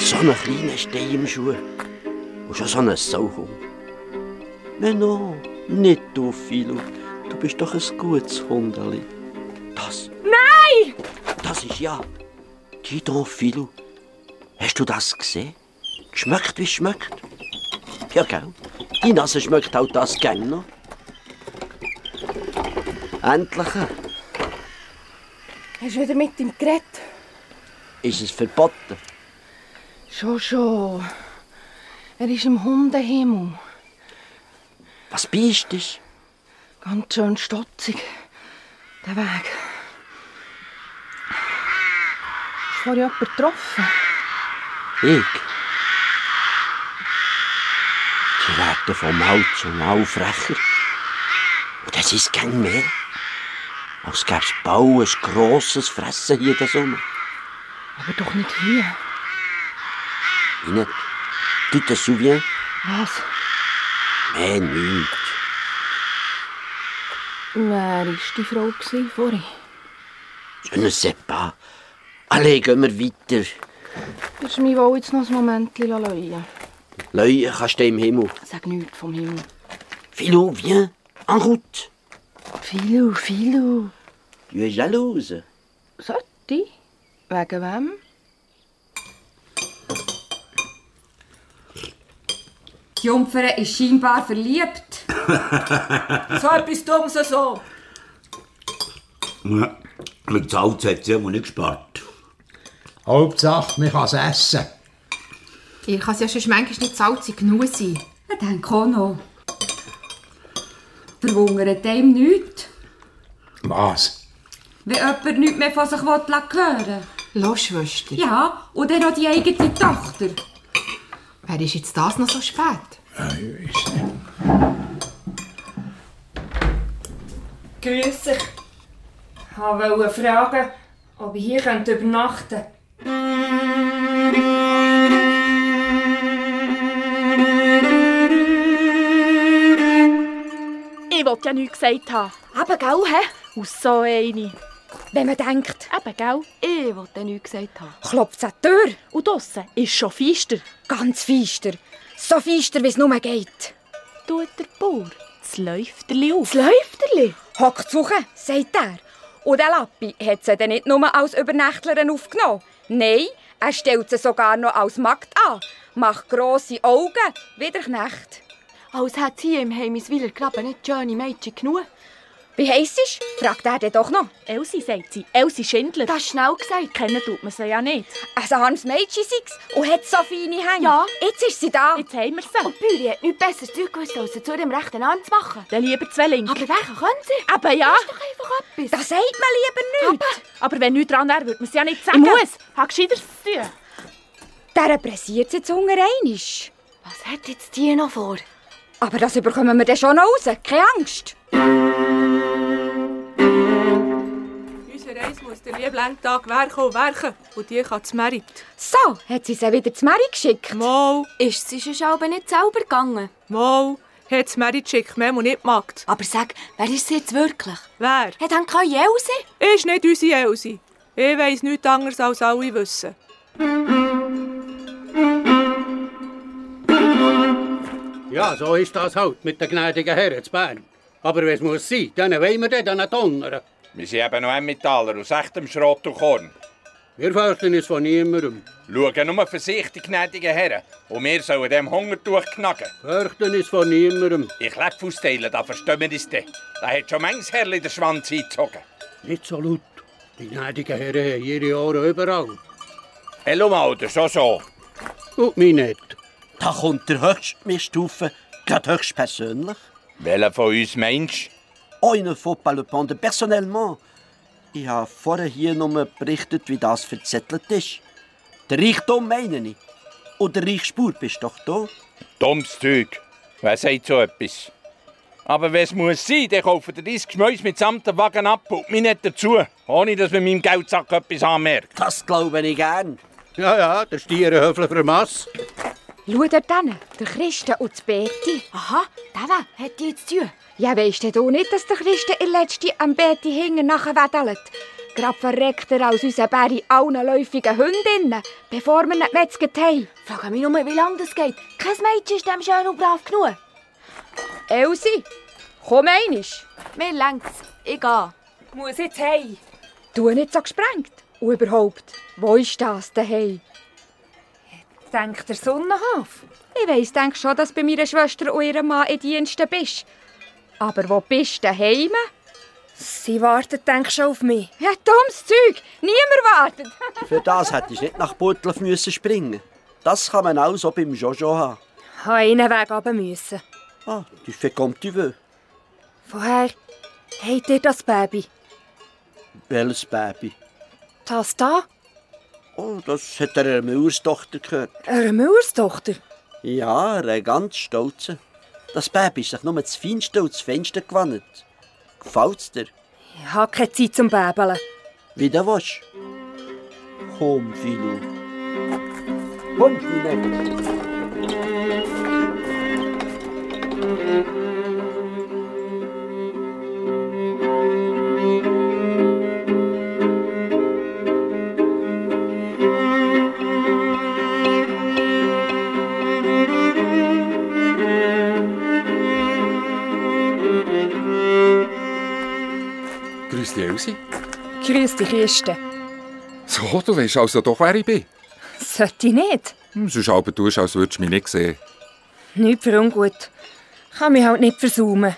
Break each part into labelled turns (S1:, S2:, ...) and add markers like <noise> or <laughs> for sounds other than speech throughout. S1: so einen kleinen Stein im Schuh und schon so einen Sauhund. Menno, nicht du, Philo. Du bist doch ein gutes Hundeli. Das,
S2: Nein!
S1: das ist ja... Guido, Philo, hast du das gesehen? Schmeckt, wie schmeckt? Ja, gell? Die Nase schmeckt auch das gern noch. Endlich
S2: Hast du wieder mit ihm geredet?
S1: ist es verboten.
S2: Schon, schon. Er ist im Hundehimmel.
S1: Was bist du?
S2: Ganz schön stotzig, der Weg. Ist vorhin jemand getroffen?
S1: Ich? Sie werden vom Mal zu Mal frecher. Und das ist kein mehr. Als gäbe es bald ein grosses Fressen hier da Sommer.
S2: Aber doch nicht hier.
S1: Wie nicht? Tu te souviens?
S2: Was?
S1: Mehr nichts.
S2: Wer war die Frau gewesen vorhin?
S1: Je ne sais pas. Alle gehen wir weiter.
S2: Wirst du mich wohl jetzt noch ein Moment lassen?
S1: Leute kannst du im Himmel.
S2: Sag nichts vom Himmel.
S1: Philo, viens, en route.
S2: Philo, Philo.
S1: Tu es jalouse.
S2: Sollte? Wegen wem?
S3: Die Jungfer ist scheinbar verliebt.
S4: So etwas Dummes so.
S5: Ja, Bezahlt hat sie aber nicht gespart.
S6: Hauptsache, man kann es essen.
S7: Ihr kann ja schon manchmal nicht salzig genug sein.
S3: Ich denke auch noch. Verwungert dem nichts,
S6: Was?
S3: wenn jemand nichts mehr von sich hören will.
S7: Los, Schwester.
S3: Ja, und dann noch die eigene Tochter.
S7: Wer ist jetzt das noch so spät?
S4: Grüß dich. Ich wollte fragen, ob ich hier könnte übernachten könnte.
S8: Ich wollte ja nichts gesagt haben.
S2: Eben, gell, hä?
S8: Aus so eine.
S2: Wenn man denkt,
S8: Eben, gell?
S2: ich wollte nichts gesagt haben.
S9: klopft an die Tür.
S8: Und draussen ist schon feister.
S9: Ganz feister. So feister, wie es nur geht.
S8: Tut der Bauer das Läufterli auf.
S9: Das Läufterli? Hockt suchen, sagt er. Und der Lappi hat sie dann nicht nur als Übernächtlerin aufgenommen. Nein, er stellt sie sogar noch als Magd an. Macht grosse Augen, wie der Knecht.
S10: Als hat hier im Heimiswiller Graben nicht schöne Mädchen genug.
S9: Wie heisst ist? fragt er dann doch noch.
S8: Elsie sagt sie. Elsie Schindler.
S10: Das ist schnell gesagt.
S8: Kennen tut man sie ja nicht.
S9: Ein armes Also Mädchen sei's und hat so feine Hände.
S10: Ja.
S9: Jetzt ist sie da.
S8: Jetzt haben wir sie.
S10: Und Büri hat nichts besseres Zeug gewusst, als sie zu ihrem rechten Hand zu machen.
S8: Dann lieber zwei Linke.
S10: Aber welchen können sie?
S8: Eben ja.
S10: Doch einfach etwas.
S9: Da sagt man lieber nichts.
S8: Aber wenn nichts dran wäre, würde man es ja nicht sagen.
S9: Ich muss.
S8: Hat gescheiter zu tun.
S9: Der pressiert sie jetzt Hunger einisch.
S10: Was hat jetzt die noch vor?
S9: Aber das bekommen wir dann schon noch raus. Keine Angst.
S11: Unser Reis muss der Liebländtag werken und werken. Und die kann zu Merit.
S9: So, hat sie sie wieder zu Mary geschickt.
S11: Mal,
S10: Ist sie schon aber nicht selber gegangen?
S11: mal, hat zu Merit geschickt, mehr muss nicht gemacht.
S10: Aber sag, wer ist sie jetzt wirklich?
S11: Wer?
S10: Hat dann keine Jelse?
S11: Ist nicht unsere Elsie. Ich weiss nichts anderes, als alle wissen.
S12: Ja, so ist das halt mit den gnädigen Herren zu Bern. Aber wenn es muss sein, dann wollen wir dann einen Donner.
S13: Wir sind eben noch Emmentaler aus echtem Schrott und Korn.
S12: Wir fürchten uns von niemandem.
S13: Schauen nur vorsichtig, gnädige Herren. Und wir sollen dem Hungertuch knacken.
S12: Fürchten uns von niemandem.
S13: Ich lebe aus Teilen, da verstehen wir uns dann. Da hat schon manches Herrli den Schwanz eingezogen.
S12: Nicht so laut. Die gnädigen Herren haben ihre Ohren überall.
S13: Hallo Malder, schon so.
S12: Und mich nicht.
S1: Da kommt der Höchstmeerstufe, gerade höchstpersönlich.
S13: Welcher von uns meinst
S1: Oh, il ne faut pas le prendre personnellement. Ich habe vorher hier nur berichtet, wie das verzettelt ist. Der Reichtum meine ich. Und der Reichsspur bist doch da.
S13: Dummes Zeug. Wer sagt so etwas? Aber wenn es muss sein, dann kaufen ihr dein Geschmäus mitsamt dem Wagen ab und mich nicht dazu. Ohne, dass man meinem Geldsack etwas anmerkt.
S1: Das glaube ich gern.
S12: Ja, ja, der Stierenhöfler vermass.
S9: Schau dort hin, der Christen und das Betty.
S10: Aha, der hat die jetzt zu tun.
S9: Ja, weisst denn du nicht, dass der Christen ihr letzte am Betty hinten nachwedelt? Grad verreckter als unser Bär in allen läufigen Hündinnen, bevor wir ihn gemetzelt haben.
S14: Frag mich nur, wie lange das geht. Kein Mädchen ist dem schön und brav genug.
S9: Elsie, komm einisch.
S14: Mir längt's. Ich gehe. Muss jetzt heim.
S9: Du nicht so gesprengt. Und überhaupt, wo ist das daheim?
S14: Denkt der Sonnenhof?
S9: Ich weiss, denk schon, dass du bei meiner Schwester und ihrem Mann in Diensten bist. Aber wo bist du daheim?
S14: Sie wartet, denk schon auf mich.
S9: Ja, dummes Zeug. Niemand wartet.
S1: Für das hätte ich nicht nach Butloff müssen springen. Das kann man auch so beim Jojo haben.
S14: Ich einen Weg runter müssen.
S1: Ah, tu fais comme tu veux.
S14: Woher habt ihr das Baby?
S1: Welches Baby?
S14: Das da?
S1: Oh, das hat eine Müllstochter gehört.
S14: Eine Müllstochter?
S1: Ja, eine ganz stolze. Das Baby ist sich nur das Feinste und das Fenster gewandt. Gefällt's dir?
S14: Ich habe keine Zeit zum Bäbeln.
S1: Wie du willst. Komm, Philo. Komm, Philo.
S15: Grüß dich, Elsie.
S14: Grüß dich, Kiste.
S15: So, du weißt also doch, wer ich bin.
S14: Sollte ich nicht.
S15: Hm, Sonst aber tust, als würdest du mich nicht sehen.
S14: Nicht für ungut. Kann mich halt nicht versaumen.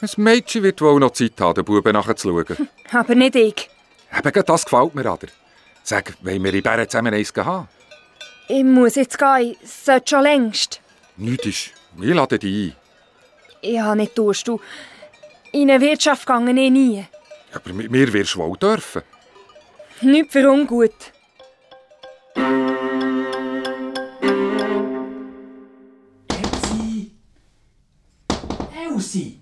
S15: Ein Mädchen wird wohl noch Zeit haben, den Buben
S6: <laughs>
S15: nachzuschauen.
S14: Aber nicht ich.
S15: Eben, gerade das gefällt mir, Ader. Sag, wollen wir in Bären zusammen eins haben?
S14: Ich muss jetzt gehen. Es sollte schon längst.
S15: Nichts ist. Ich lade dich ein.
S14: Ich habe nicht Durst. du. In eine Wirtschaft gegangen ich nie.
S15: Aber mit mir wirst du wohl dürfen.
S14: Nicht für ungut.
S16: Elsie!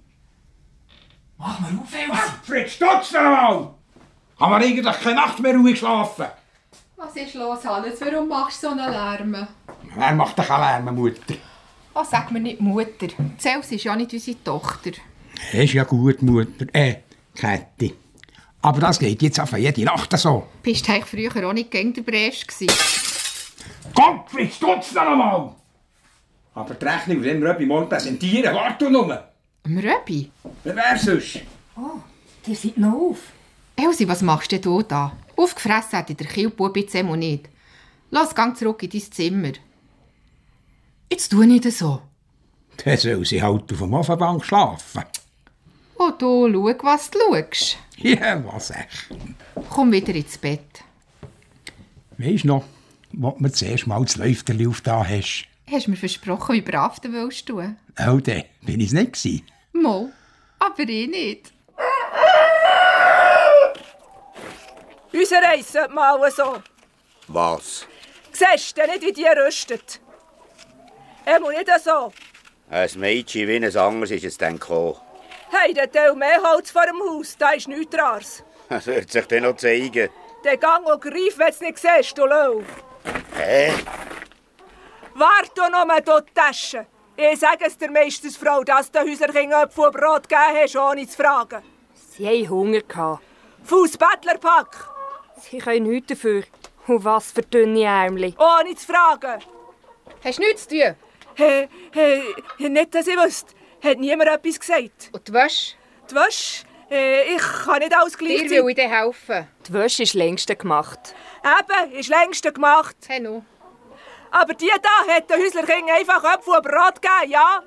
S16: Mach mal auf, Elsie!
S6: Fritz, stutz noch mal! Haben wir eigentlich keine Nacht mehr ruhig geschlafen?
S2: Was ist los, Hannes? Warum machst du so einen Lärm?
S6: Wer macht denn keinen Lärm, Mutter?
S2: Oh, sag mir nicht Mutter. Zels ist ja nicht unsere Tochter.
S17: Ist ja gut, Mutter. Äh, Käthi. Aber das geht jetzt auf jede Nacht so.
S2: Bist du eigentlich früher auch nicht gegen der Bresch gewesen?
S6: Komm, Fritz, stutz noch mal! Aber die Rechnung werden wir etwa morgen präsentieren. Warte doch nur!
S2: Am Röbi?
S6: Wer wär sonst?
S2: Oh, ihr seid noch auf. Elsie, was machst denn du da? Aufgefressen hat dich der Kielbub jetzt einmal nicht. Los, gang zurück in dein Zimmer. Jetzt tu nicht so.
S17: Dann soll sie halt auf dem Ofenbank schlafen.
S2: Oh, du, schau, was du schaust.
S17: Ja, was echt.
S2: Komm wieder ins Bett.
S17: Weisst du noch, wo du mir zuerst mal das Läufterli auf da hast?
S2: Hast mir versprochen, wie brav du willst tun.
S17: Oh, dann bin ich's nicht gewesen.
S2: Mo, aber ich nicht.
S18: Unser Eis sollte man auch so.
S5: Was?
S18: Siehst du denn nicht, wie die rüstet? Er muss nicht so.
S5: Ein Mädchen wie ein anderes ist es dann gekommen.
S18: Hey, der Teil mehr Holz vor dem Haus, da ist nichts rares.
S5: Das wird sich dann noch zeigen.
S18: Der Gang und greif, wenn du nicht siehst, du Lau.
S5: Hä?
S18: Wart doch noch mal, du Tasche. Ich sage es der Meistersfrau, dass du unseren Kindern Apfel Brot gegeben hast, ohne zu fragen.
S14: Sie hatten Hunger. Gehabt.
S18: Fußbettlerpack,
S14: Sie können nichts dafür. Und was für dünne Ärmli.
S18: ohne zu fragen.
S2: Hast du nichts zu tun?
S18: Hey, hey, nicht, dass ich wüsste. Hat niemand etwas gesagt?
S2: Und die Wäsche?
S18: Die Wäsche? Äh, Ich kann nicht alles gleich
S2: Dir will ich dir helfen.
S14: Die Wäsche ist längst gemacht.
S18: Eben, ist längst gemacht.
S2: Hallo.
S18: Aber die da hat den Häuslerkindern einfach Apfel und Brot gegeben, ja?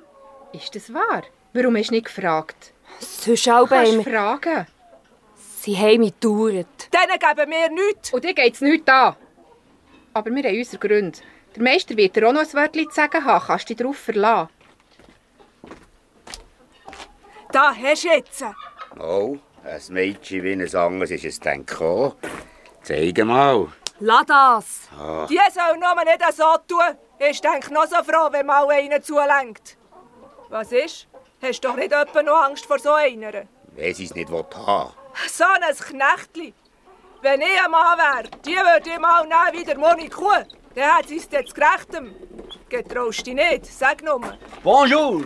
S2: Ist das wahr? Warum hast du nicht gefragt?
S14: Sonst auch
S2: Kannst
S14: bei
S2: fragen.
S14: Sie haben mich gedauert.
S18: Denen geben wir nichts.
S2: Und dir geht's nichts an. Aber wir haben unsere Gründe. Der Meister wird dir auch noch ein Wörtchen zu sagen haben. Kannst dich darauf verlassen.
S18: Da hast du jetzt.
S5: Oh, ein Mädchen wie ein anderes ist es dann gekommen. Zeig mal.
S18: Lass das.
S5: Ah.
S18: Die sollen nur nicht so tun. Ich denke noch so froh, wenn mal einer zulenkt. Was ist? Hast du doch nicht etwa noch Angst vor so einer?
S5: Wenn sie es nicht will haben.
S18: So ein Knechtli. Wenn ich ein Mann wäre, die würde ich mal nehmen wie der Moni Kuh. Dann hat sie es jetzt gerechtem. Getraust dich nicht, sag nur.
S1: Bonjour!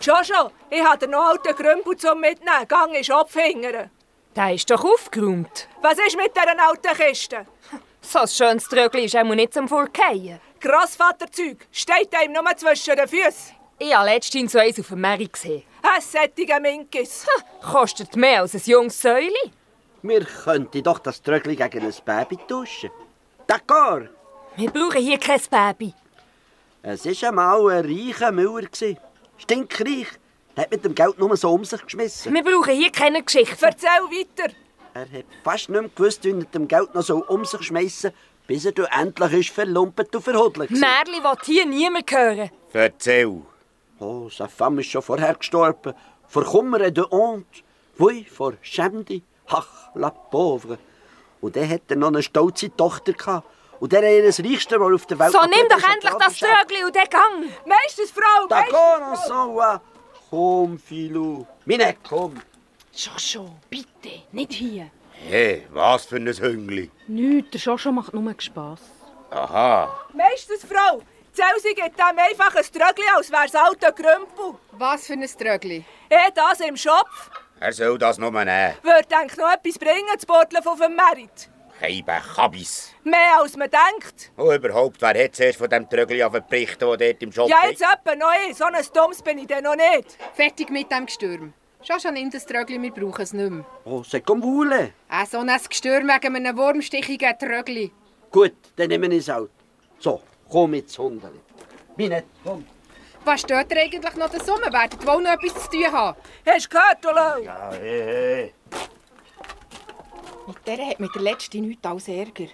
S18: Jojo, ich habe dir noch alten Grümpel zum Mitnehmen. Gang ist abfingern.
S14: Der ist doch aufgeräumt.
S18: Was ist mit dieser alten Kiste?
S14: So ein schönes Trögel ist auch nicht zum Vorkehren.
S18: Grossvaterzeug steht einem nur zwischen den Füßen.
S14: Ich habe letztens so eins auf dem Mary gesehen.
S18: Ein sättiger Minkis.
S14: Kostet mehr als ein junges Säuli.
S1: Wir könnten doch das Trögli gegen ein Baby tauschen. D'accord.
S14: Wir brauchen hier kein Baby.
S1: Es war einmal ein reicher Müller. gewesen. Stinkreich. Hat mit dem Geld nur so um sich geschmissen.
S14: Wir brauchen hier keine Geschichte.
S18: Erzähl weiter.
S1: Er hat fast nicht mehr gewusst, wie er mit dem Geld noch so um sich schmeissen bis er du endlich ist verlumpert und verhudelt. gewesen.
S14: Märli will hier niemand hören.
S5: Erzähl.
S1: Oh, sa femme ist schon vorher gestorben. Vor Kummer et de Honte. Wui, vor Schämde. Ach, la pauvre. Und der hatte noch eine stolze Tochter. Gehabt. Und der hat ihr das reichste Mal auf der Welt.
S14: So nimm doch endlich das Trögli und den Gang.
S18: Meistens Frau,
S1: D'accord, ensemble. äh, Komm, Filou. Mine, komm.
S19: Jojo, bitte, nicht hier.
S5: Hey, was für ein Hüngli.
S19: Nichts, der Jojo macht nur Spass.
S5: Aha.
S18: Meistens Frau, Zelsi gibt dem einfach ein Trögli, als wär's alter Grümpel.
S2: Was für ein Trögli?
S18: Eh, das im Schopf.
S5: Er soll das nur nehmen.
S18: Würde denk noch etwas bringen, zu Bordeln von dem Merit.
S5: Heibe Kabis.
S18: Mehr als man denkt.
S5: Und überhaupt, wer hat zuerst von dem Trögli auf berichten, der dort im Shop
S18: Ja, jetzt etwa noch eh. So ein Dummes bin ich dann noch nicht.
S2: Fertig mit dem Gestürm. Schon schon in das Trögli, wir brauchen es nicht mehr.
S1: Oh, c'est comme vous voulez.
S2: Auch so ein Gestürm wegen einem wurmstichigen Trögli.
S1: Gut, dann nehmen wir es auch. So, komm jetzt, Hundeli. Mine, komm.
S2: Was stört dir eigentlich noch der Summe? Werdet wohl noch etwas zu tun haben.
S18: Hast du gehört, Olo?
S5: Ja, hey, hey.
S2: Mit der hat mir der Letzte nichts als Ärger.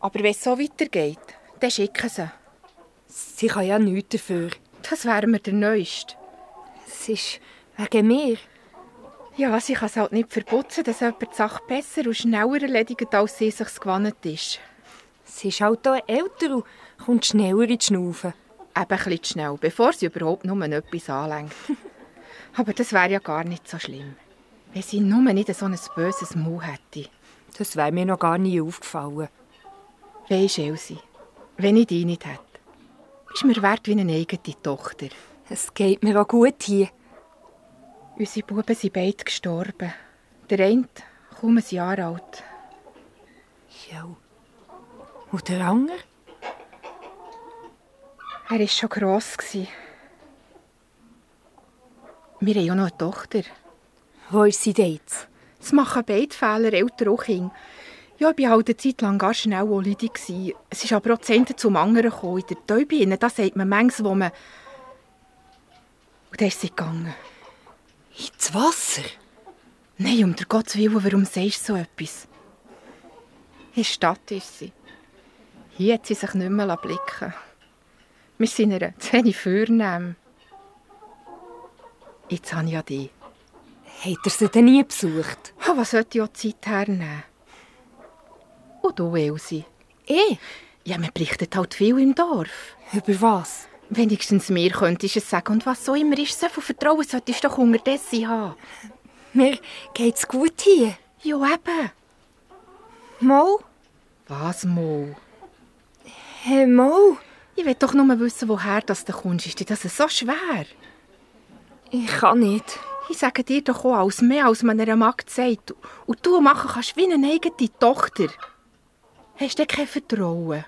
S2: Aber wenn es so weitergeht, dann schicken sie.
S14: Sie kann ja nichts dafür.
S2: Das wäre mir der Neueste.
S14: Es ist wegen mir.
S2: Ja, sie kann es halt nicht verputzen, dass jemand die Sache besser und schneller erledigt, als sie sich gewandt ist.
S14: Sie ist halt auch älter und kommt schneller in die Schnaufe.
S2: Eben ein bisschen zu schnell, bevor sie überhaupt nur etwas anlenkt. <laughs> Aber das wäre ja gar nicht so schlimm. Wenn sie nur nicht so ein böses Maul hätte.
S14: Das wäre mir noch gar nie aufgefallen.
S2: Weisst Elsie, wenn ich dich nicht hätte, bist du mir wert wie eine eigene Tochter.
S14: Es geht mir auch gut hier.
S2: Unsere Buben sind beide gestorben. Der eine kaum ein Jahr alt.
S14: Ja. Und der andere?
S2: Er war schon gross. gewesen. Wir haben ja noch eine Tochter.
S14: Wo ist sie denn jetzt?
S2: Es machen beide Fehler, Eltern und Kinder. Ja, ich war halt eine Zeit lang gar schnell auch Lüdi. gewesen. Es ist aber auch Zentner zum anderen gekommen. In der Täubin, da sagt man manches, wo man... Und dann ist sie gegangen.
S14: Ins Wasser?
S2: Nein, um der Gottes Willen, warum sagst du so etwas? In der Stadt ist sie. Hier hat sie sich nicht mehr blicken lassen. Wir sind ihr zu wenig vornehm. Jetzt habe ich ja dich.
S14: Hat er sie denn nie besucht?
S2: Oh, was sollte ich auch die Zeit hernehmen? Und du, Elsie?
S14: Ich?
S2: Ja, man berichtet halt viel im Dorf.
S14: Über was?
S2: Wenigstens mir könntest du es sagen. Und was so immer ist, so viel Vertrauen solltest du doch unterdessen haben.
S14: Mir geht's gut hier.
S2: Ja, eben.
S14: Mal?
S2: Was, Mo?
S14: Hey, mal.
S2: Ich will doch nur wissen, woher das du kommst. Ist dir das so schwer?
S14: Ich kann nicht.
S2: Ich sage dir doch auch alles mehr, als man einer Magd sagt. Und du machen kannst wie eine eigene Tochter. Hast du denn kein Vertrauen?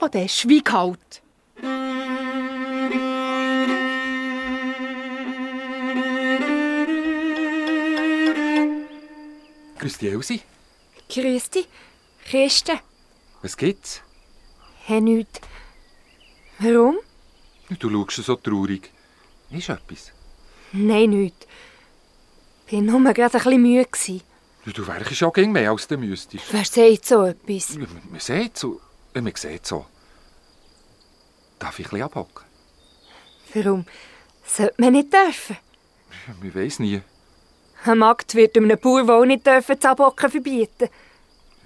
S2: Oh, der schwieg halt.
S15: Grüß dich, Elsie.
S14: Grüß dich. Christen.
S15: Was gibt's?
S14: Hey, nichts. Warum?
S15: Du schaust so traurig. Ist etwas?
S14: Nein, nichts. Ich war nur gerade ein bisschen müde. gewesen.
S15: Du werkst ja gegen mehr, als du müsstest.
S14: Wer sagt so etwas?
S15: Ja, Man man sieht so. Ja, Man sieht so. Darf ich ein bisschen abhocken?
S14: Warum? Sollte man nicht dürfen?
S15: Ja, Man weiss nie.
S14: Ein Markt wird einem Bauer wohl nicht dürfen, zu abhocken verbieten.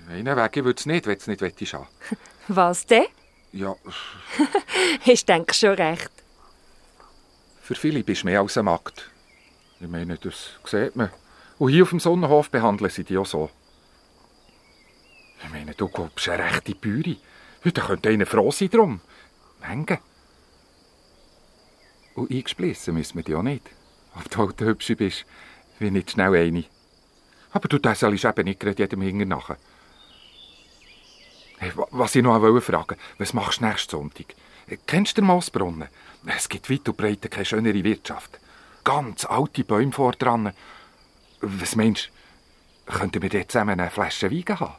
S15: Einen Weg würde es nicht, wenn du es nicht wettest.
S14: <laughs> Was denn?
S15: Ja,
S14: <laughs> Ich denke schon recht.
S15: für viele bist du mehr als ein Magd. Ich meine, das sieht man. Und hier auf dem Sonnenhof behandeln sie dich auch so. Ich meine, du glaubst, eine rechte Büri. Ja, Da könnte einer froh sein drum. Menge. Und eingesplissen müssen wir dich auch nicht. Ob du halt eine hübsche bist.
S20: Wie nicht schnell eine. Aber du tesselst eben nicht gerade jedem Hinger nachher. Hey, wa- was ich noch wollte fragen, was machst du nächsten Sonntag? Äh, Kennst du den Moosbrunnen? Es gibt weit und breit keine schönere Wirtschaft. Ganz alte Bäume vor dran. Was meinst du, könnten wir dort zusammen eine Flasche Wein haben?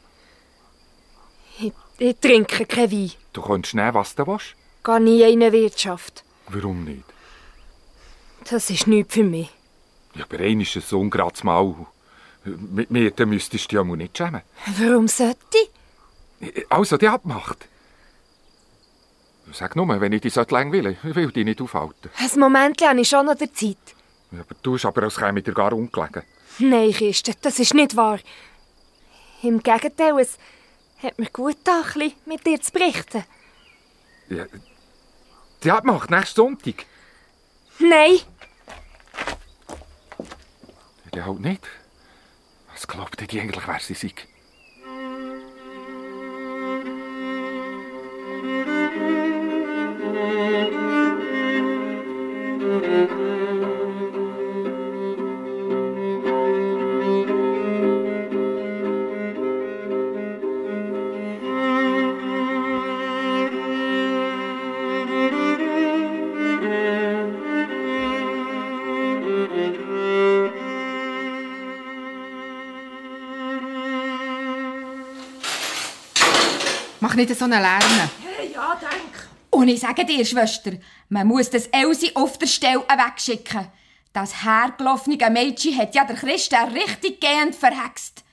S4: Ich, ich trinke keinen Wein.
S20: Du kannst nehmen, was du willst.
S4: Gehe nie in eine Wirtschaft.
S20: Warum nicht?
S4: Das ist nichts für mich.
S20: Ja, aber einmal ist es so ein ungerades Mal. Mit mir dann müsstest du dich ja mal nicht schämen.
S4: Warum sollte ich?
S20: Also, die Abmacht. Sag nur, wenn ich dich so lang will. Ich will dich nicht aufhalten.
S4: Ein Moment habe ich schon noch der Zeit.
S20: Ja, Aber du bist aber, als käme ich dir gar ungelegen.
S4: Nein, Christen, das ist nicht wahr. Im Gegenteil, es hat mir gut getan, ein bisschen mit dir zu berichten.
S20: Ja, die Abmacht, nächsten Sonntag.
S4: Nein,
S20: Ja, halt nicht. Was glaubt ihr die eigentlich, wer sie sei?
S2: Mach nicht so einen Lärm.
S21: Ja, denk.
S9: Und ich sage dir, Schwester, man muss das Elsi auf der Stelle wegschicken. Das hergelaufene Mädchen hat ja der Christen richtig gehend verhext.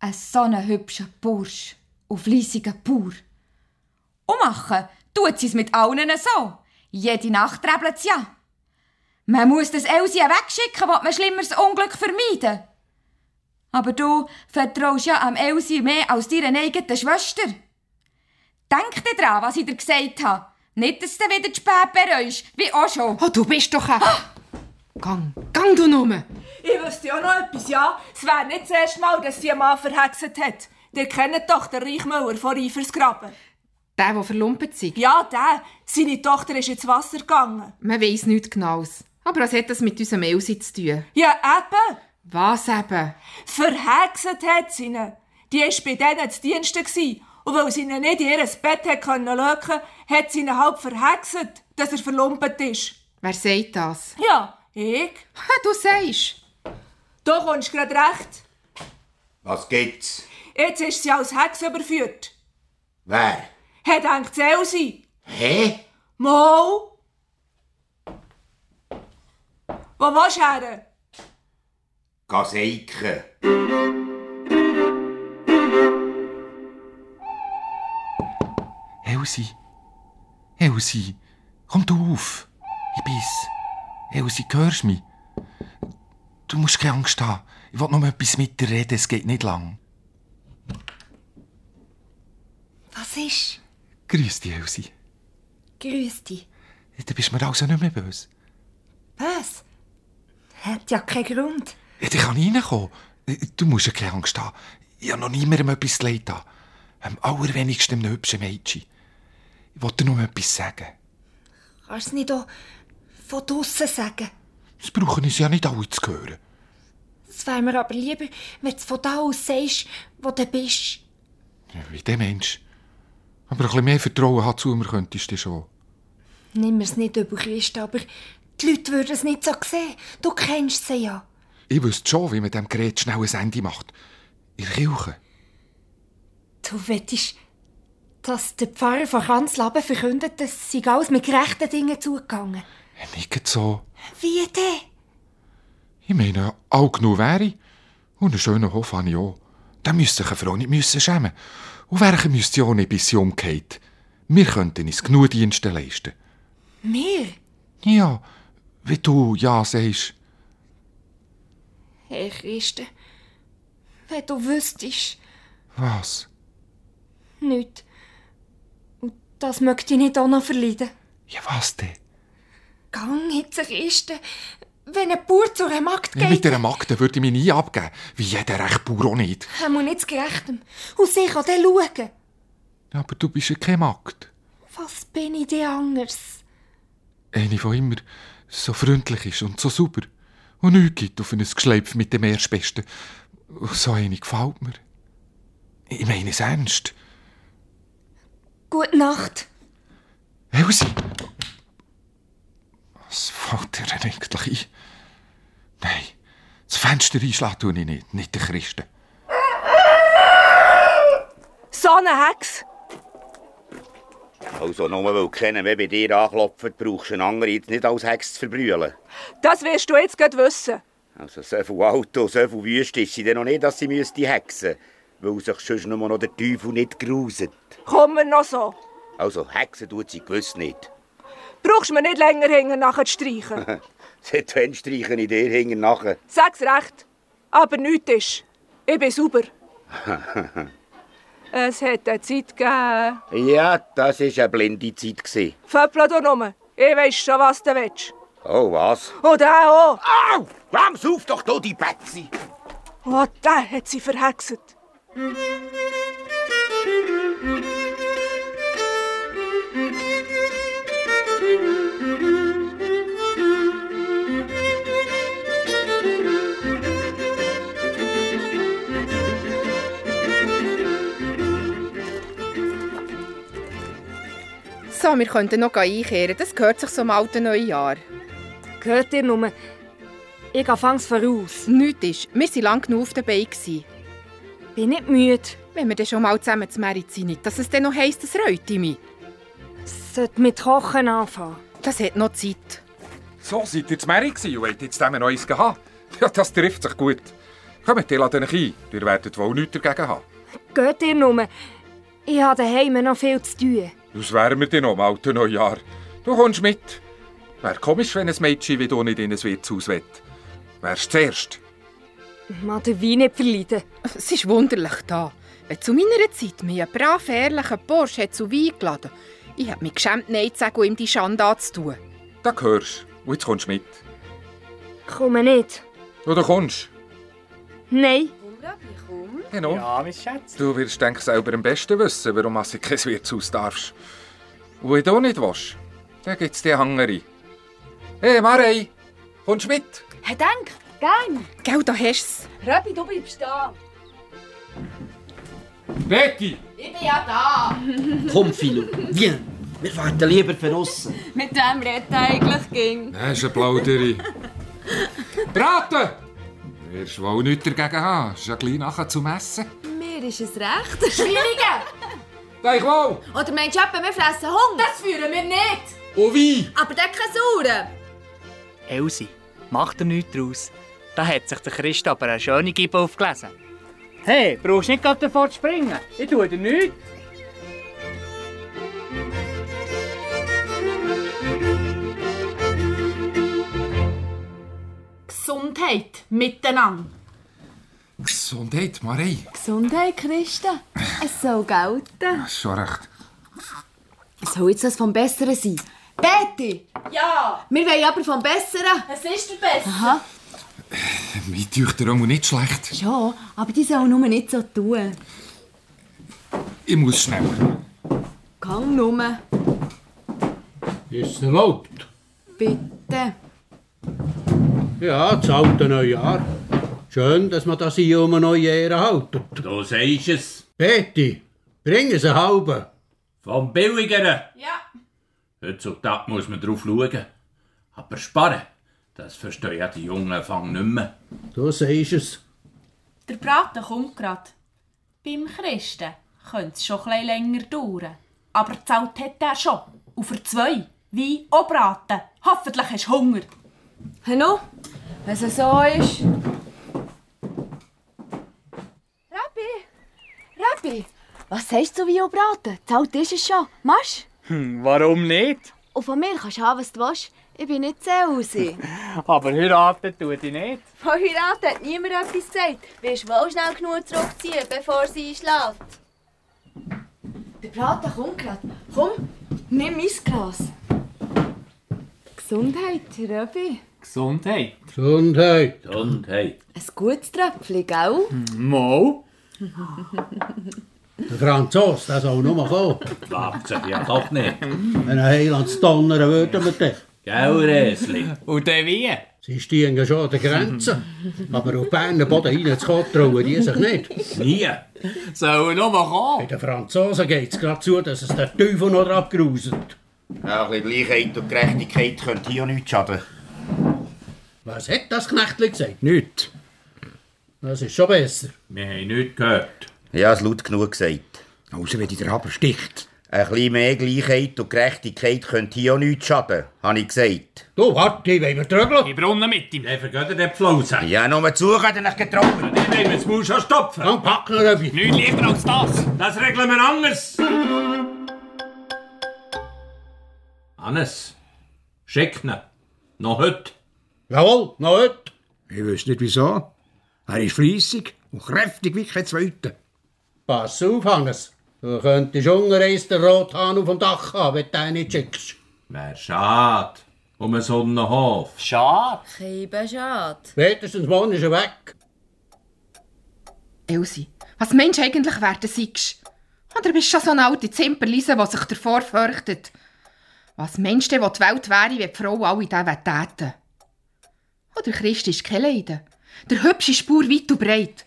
S9: Ein so ein hübscher Bursch und fleissiger Bauer. Und machen tut sie's mit allen so. Jede Nacht treibt ja. Man muss das Elsi wegschicken, will man schlimmeres Unglück vermeiden. Aber du vertraust ja am Elsi mehr als deiner eigenen Schwester. Denk dir dran, was ich dir gesagt habe. Nicht, dass du wieder zu spät bereust, wie auch schon.
S2: Oh, du bist doch ein... Gang, gang du nur.
S18: Ich wüsste auch noch etwas, ja. Es wäre nicht das erste Mal, dass sie einen Mann verhexet hat. Ihr kennt doch den Reichmauer von Reifersgraben.
S2: Der, der verlumpet ist.
S18: Ja, der. Seine Tochter ist ins Wasser gegangen.
S2: Man weiss nichts Genaues. Aber was hat das mit unserem Elsi zu tun?
S18: Ja, eben.
S2: Was eben?
S18: Verhexet hat sie ihn. Die war bei denen zu Diensten. gewesen. Und weil sie ihn nicht in ihr Bett hat können löken, hat sie ihn halb verhexet, dass er verlumpet ist.
S2: Wer sagt das?
S18: Ja, ich.
S2: Du sagst.
S18: Du kommst gerade recht.
S5: Was gibt's?
S18: Jetzt ist sie als Hex überführt.
S5: Wer?
S18: Hat denkt sie auch sein.
S5: Hä?
S18: Mal. Wo willst du her?
S5: Gaseiken.
S15: Elsie. Elsie, komm du auf. Ich bin's. Elsie, hörst du mich? Du musst keine Angst haben. Ich will nur etwas mit dir reden, es geht nicht lang.
S4: was ist?
S15: Grüß dich, Elsie.
S4: Grüß dich.
S15: Du bist mir also nicht mehr böse.
S4: Was? Hat ja keinen Grund.
S15: Ja, Ich kann reinkommen. Du musst ja keine Angst nou haben. Ich habe noch niemandem etwas leid an. Am allerwenigsten einem hübschen Mädchen. Ich wollte nur etwas sagen.
S4: Kannst du es nicht auch von draussen sagen?
S15: Es brauchen uns ja nicht alle zu hören.
S4: Es wäre mir aber lieber, wenn du es von da aus sagst, wo du bist.
S15: Ja, Wie der Mensch. Aber ein bisschen mehr Vertrauen hat zu mir könntest du schon.
S4: Nimm mir's nicht über Christen, aber die Leute würden es nicht so sehen. Du kennst sie ja.
S15: Ich wüsste schon, wie man dem Gerät schnell ein Ende macht. In der Kirche.
S4: Du wettest, dass der Pfarrer von Kanzlaben verkündet, dass sie alles mit rechten Dingen zugegangen.
S15: Nicht so.
S4: Wie denn?
S15: Ich meine, all genug wäre ich. Und einen schönen Hof habe ich auch. Da müsste sich eine Frau nicht müssen schämen. Und welche müsste auch nicht, bis sie umgeht. Wir könnten uns genug Dienste leisten.
S4: Wir?
S15: Ja, wie du ja sagst.
S4: Herr Christen, wenn du wüsstest,
S15: Was?
S4: nichts. Und das möchte ich nicht auch noch verleiden.
S15: Ja, was denn?
S4: Gang jetzt, Herr Christen, wenn ein Bauer zu einem Magd
S15: Ja, mit
S4: geht,
S15: dieser Magde würde ich mich nie abgeben. Wie jeder recht Bauer auch nicht.
S4: er muss nicht zu gerechtem. Und sie kann dann schauen.
S15: Aber du bist ja keine Magd.
S4: Was bin ich denn anders?
S15: Eine, die immer so freundlich ist und so super. und nichts gibt auf ein Geschleipf mit dem Erstbesten. So eine gefällt mir. Ich meine es ernst.
S4: Gute Nacht.
S15: Elsie! Was fällt dir denn eigentlich ein? Nein, das Fenster einschlagen tue ich nicht, nicht der Christen.
S4: So eine Hex.
S5: Also, nur weil keiner mehr bei dir anklopft, brauchst du einen anderen jetzt nicht als Hex zu verbrüllen.
S18: Das wirst du jetzt gleich wissen.
S5: Also, so viel Auto, so viel Wüste ist sie denn noch nicht, dass sie müsste hexen weil sich sonst nur noch der Teufel nicht gruset.
S18: Komm mir noch so.
S5: Also, hexen tut sie gewiss nicht.
S18: Brauchst mir nicht länger hängen nachher zu streichen.
S5: <laughs> Seit wann streichen ich dir hinten nachher?
S18: Sag's recht. Aber nichts ist. Ich bin sauber. Es hat eine Zeit gegeben.
S5: ja, das war eine blinde Zeit. Gewesen.
S18: Föppel du rum. um. Ich weiss schon, was du willst.
S5: Oh, was?
S18: Und der auch.
S5: Au! Wams auf doch du, die Betsy!
S18: Oh, der hat sie verhext.
S2: So, wir könnten noch einkehren. Das gehört sich zum alten Neujahr.
S4: Gehört ihr nur? Ich gehe fangs voraus.
S2: Nichts ist. Wir waren lang genug auf den Beinen.
S4: Bin nicht müde.
S2: Wenn wir dann schon mal zusammen zu Merit sind, dass es dann noch heisst, es reut mich.
S4: Sollte mit Kochen anfangen.
S2: Das hat noch Zeit.
S15: So seid ihr zu Mary gewesen und wollt jetzt dem ein neues haben. <laughs> Ja, das trifft sich gut. Kommt, ihr ladet euch ein. Ihr werdet wohl nichts dagegen haben.
S4: Geht ihr nur? Ich habe daheim noch viel zu tun.
S15: Das wären wir dann am alten Neujahr. Du kommst mit. Wär komisch, wenn ein Mädchen wie du nicht in ein Wirtshaus will. Wärst zuerst.
S4: Mal den Wein nicht verleiden.
S2: Es ist wunderlich da. Wenn zu meiner Zeit mir ein brav, ehrlicher Bursche hat zu Wein geladen ich habe mich geschämt, Nein zu sagen und ihm die Schande anzutun.
S15: Da gehörst Und jetzt kommst du mit.
S4: Komme nicht.
S15: Ja, du kommst.
S4: Nein.
S15: Genau. Ja, mein Schatz. Du wirst, denke ich, selber am besten wissen, warum du kein Wirtshaus darfst. Und wenn du nicht willst, dann gibt es die andere. Hey, Marei, kommst du mit?
S8: Hey, danke. Gern.
S2: Gell, da hast
S8: Röbi, du bleibst da.
S15: Betty!
S8: Ich bin ja da.
S1: <laughs> Komm, Philo, viens. Wir warten lieber für aussen.
S8: Mit dem redet eigentlich ging.
S15: Das ist eine
S8: <laughs>
S15: Plauderei. Braten! Wirst wohl nichts dagegen haben. Ist ja gleich nachher zum Essen.
S8: Mir ist es recht. <laughs> Schwieriger.
S15: Gleichwohl!
S8: Oder meinst du etwa, wir fressen Hunger? Das führen wir nicht.
S15: Und wie?
S8: Aber der keine Sauren.
S22: Elsie, mach dir nichts draus. Da hat sich der Christ aber eine schöne Gibe aufgelesen. Hey, brauchst nicht gerade davor zu springen. Ich tue dir nichts.
S8: Gesundheit miteinander.
S15: Gesundheit, Marei.
S8: Gesundheit, Christa. Es soll gelten.
S15: Hast schon recht.
S8: Soll jetzt das vom Besseren sein? Betty! Ja! Wir wollen aber vom Besseren. Es ist der Bessere. Aha.
S15: Mir teucht der Runge nicht schlecht.
S8: Ja, aber die sollen nur nicht so tun.
S15: Ich muss schneller.
S8: Gang nur.
S12: Ist es erlaubt?
S8: Bitte.
S12: Ja, das alte Neujahr. Schön, dass man das hier um eine neue Ehre haltet.
S13: Du sagst es.
S12: Betty, bring es einen halben.
S13: Vom Billigeren.
S8: Ja.
S13: Heutzutage muss man drauf schauen. Aber sparen, das verstehen ja die jungen Fang nicht mehr.
S12: Du sagst es.
S23: Der Braten kommt gerade. Beim Christen könnte es schon etwas länger dauern. Aber gezahlt hat er schon. Und für zwei. Wie auch Braten. Hoffentlich hast du Hunger.
S8: Hallo? Wenn es so ist. Rabbi! Rabbi! Was sagst du, wie braten? Zahlt ist es schon. Oh, Masch?
S22: Hm, warum nicht?
S8: Und von mir kannst du haben, was du willst. Ich bin nicht sehr raus. <laughs> Von
S22: Aber heiraten tue ich nicht.
S8: Heirat hat niemand etwas gesagt. Wirst wohl schnell genug zurückziehen, bevor sie einschlägt. Der Braten kommt gerade. Komm, nimm mein Glas. Gesundheit, Röbi.
S22: Gesundheit.
S12: Gesundheit.
S13: Gesundheit.
S8: Ein gutes Tröpfchen, gell?
S12: Mal. Der Franzos, der soll nur kommen.
S13: Klappt sich ja doch nicht.
S12: Wenn ein Heiland donnern würden wir den.
S13: Gell, Resli?
S22: Und der wie?
S12: Sie stehen schon an der Grenze. Aber auf Berner Boden reinzukommen, trauen die sich nicht. Nie.
S22: Sollen nur kommen.
S12: Bei den Franzosen geht es gerade zu, dass es der Teufel noch abgruselt.
S5: Ja, ein bisschen Gleichheit und Gerechtigkeit könnte hier nichts schaden.
S12: Was hat das Knechtli gesagt? Nichts. Das ist schon besser.
S13: Wir haben nichts gehört.
S5: Ich habe es laut genug gesagt.
S24: Außer wenn dich der Haber sticht.
S5: Ein bisschen mehr Gleichheit und Gerechtigkeit könnte hier auch nichts schaden, habe ich gesagt.
S12: Du, warte, ich will mir drügeln.
S13: Die Brunnen mit ihm. Dann vergeht er die Flausen.
S5: Ja, nur zuhören, dann ich getraut.
S13: Dann wollen wir das Maul schon stopfen.
S12: Dann packen wir etwas.
S13: Nichts lieber als das. Das regeln wir anders. Hannes, schick ihn. Noch heute.
S12: Jawohl, noch heute.
S24: Ich weiß nicht wieso. Er ist fleissig und kräftig wie kein Zweiter.
S12: Pass auf, Hannes. Du könntest ungereist den Rothahn auf dem Dach haben, wenn du den nicht schickst.
S13: Wär schade. Um einen Sonnenhof.
S12: Schade.
S25: Kiebe schade.
S12: Spätestens morgen ist er weg.
S2: Elsie, was meinst du eigentlich, wer du seist? Oder bist du schon so eine alte Zimperlise, die sich davor fürchtet? Was meinst du, denn, wo die Welt wäre, wenn die Frauen alle das täten? Oder Christ ist kein Leiden. Der hübsche Spur weit und breit.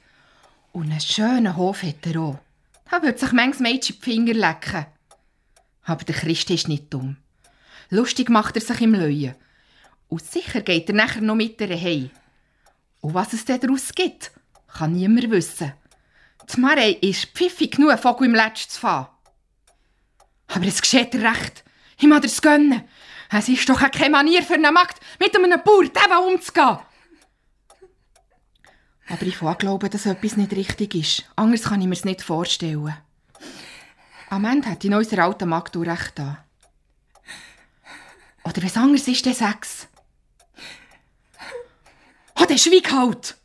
S2: Und einen schönen Hof hat er auch. Da würde sich manches Mädchen die Finger lecken. Aber der Christ ist nicht dumm. Lustig macht er sich im Löwen. Und sicher geht er nachher noch mit ihr heim. Und was es denn daraus gibt, kann niemand wissen. Die Marei ist pfiffig genug, einen Vogel im Letzten zu fahren. Aber es geschieht ihr recht. Ich mag es gönnen. Es ist doch auch keine Manier für eine Magd, mit einem Bauer der umzugehen. Aber ich fange glauben, dass etwas nicht richtig ist. Anders kann ich mir es nicht vorstellen. Am Ende hätte ich noch unserer alten Magd auch recht an. Oder was anderes ist, dann sechs. Oh, der schwieg halt!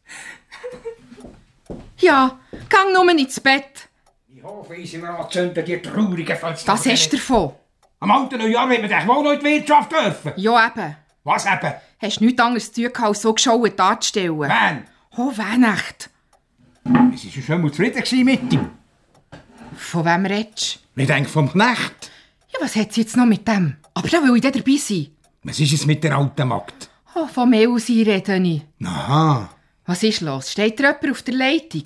S2: Ja, gang nur ins Bett.
S6: Ich hoffe, unser Rat zündet die traurigen Fenster.
S2: Das hast du davon.
S6: Am alten Neujahr wird man doch wohl noch in die Wirtschaft dürfen.
S2: Ja, eben.
S6: Was eben?
S2: Hast du nichts anderes zu tun, gehabt, als so geschaut darzustellen?
S6: Wann?
S2: Oh, Weihnacht.
S6: Es war schon mal zufrieden gewesen mit ihm.
S2: Von wem redest
S6: Ich denke vom Knecht.
S2: du? Ja, was hat sie jetzt noch mit dem? Aber da will ich dann dabei sein.
S6: Was ist es mit der alten Magd?
S2: Oh, von mir aus rede ich.
S6: Aha.
S2: Was ist los? Steht dir jemand auf der Leitung?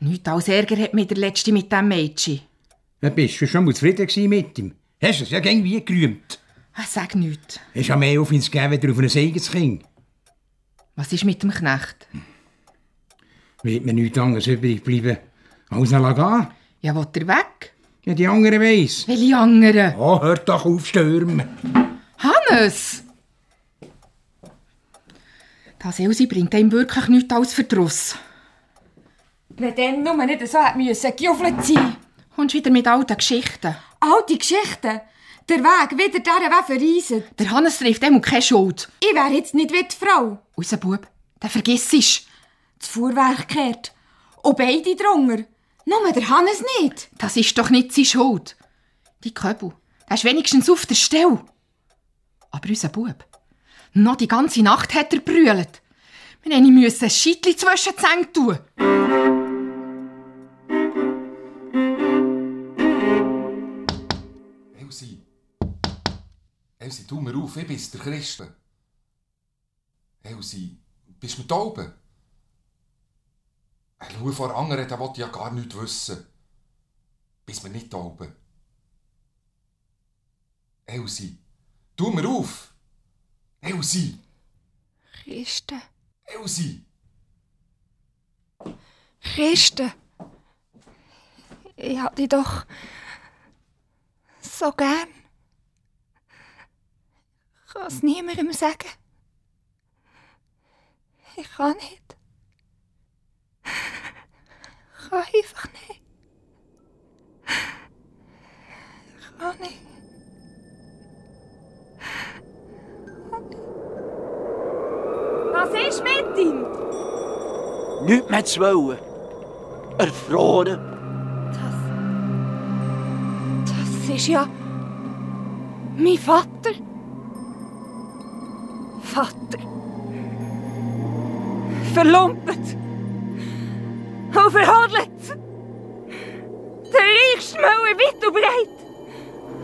S2: Nichts als Ärger hat mir der Letzte mit dem Mädchen.
S6: Dann bist du schon mal zufrieden gewesen mit ihm. Hast du es ja irgendwie gerühmt.
S2: Ah, sag nichts.
S6: Hast ja mehr auf ihn gegeben, weder auf ein eigenes Kind.
S2: Was ist mit dem Knecht?
S6: Wird mir nichts anderes übrig bleiben. Alles noch gehen?
S2: Ja, will er weg?
S6: Ja, die anderen weiss.
S2: Welche anderen?
S6: Oh, hört doch auf, stürmen.
S2: Hannes! Das Elsie bringt einem wirklich nichts als Verdruss.
S9: Wenn dann nur nicht so hätte müssen gejuffelt sein.
S2: Kommst wieder mit alten Geschichten.
S9: Alte Geschichten? Der Weg wieder dieser Waffe reisen.
S2: Der Hannes trifft dem keine Schuld.
S9: Ich wäre jetzt nicht wie die Frau.
S2: Unser Bub, den vergiss ich.
S9: Das Fuhrwerk kehrt. Und beide drunter. Nur der Hannes nicht.
S2: Das ist doch nicht seine Schuld. Die Köbel, der ist wenigstens auf der Stelle. Aber unser Bub, noch die ganze Nacht hat er brüllt. Wir haben ihm müssen ein Scheitli zwischen die Zähne tun.
S15: Elsie. Elsie, tu mir auf, ich bin's, der Christen. Elsie, bist du mit oben? Ein Schau vor anderen, der will ja gar nichts wissen. Bist mir nicht oben? Elsie, tu mir auf! Elsie,
S4: Christen.
S15: Elsie!
S4: Christen. Ich hab dich doch so gern. Ich kann es niemandem sagen. Ich kann nicht. Ich kann einfach nicht. Ich kann nicht.
S9: Was ist mit ihm?
S1: Nichts mehr zu wollen. Erfroren.
S4: Das ist ja mein Vater. Vater. Verlumpet. Und verhodelt.
S9: Der reichste Müller weit und breit.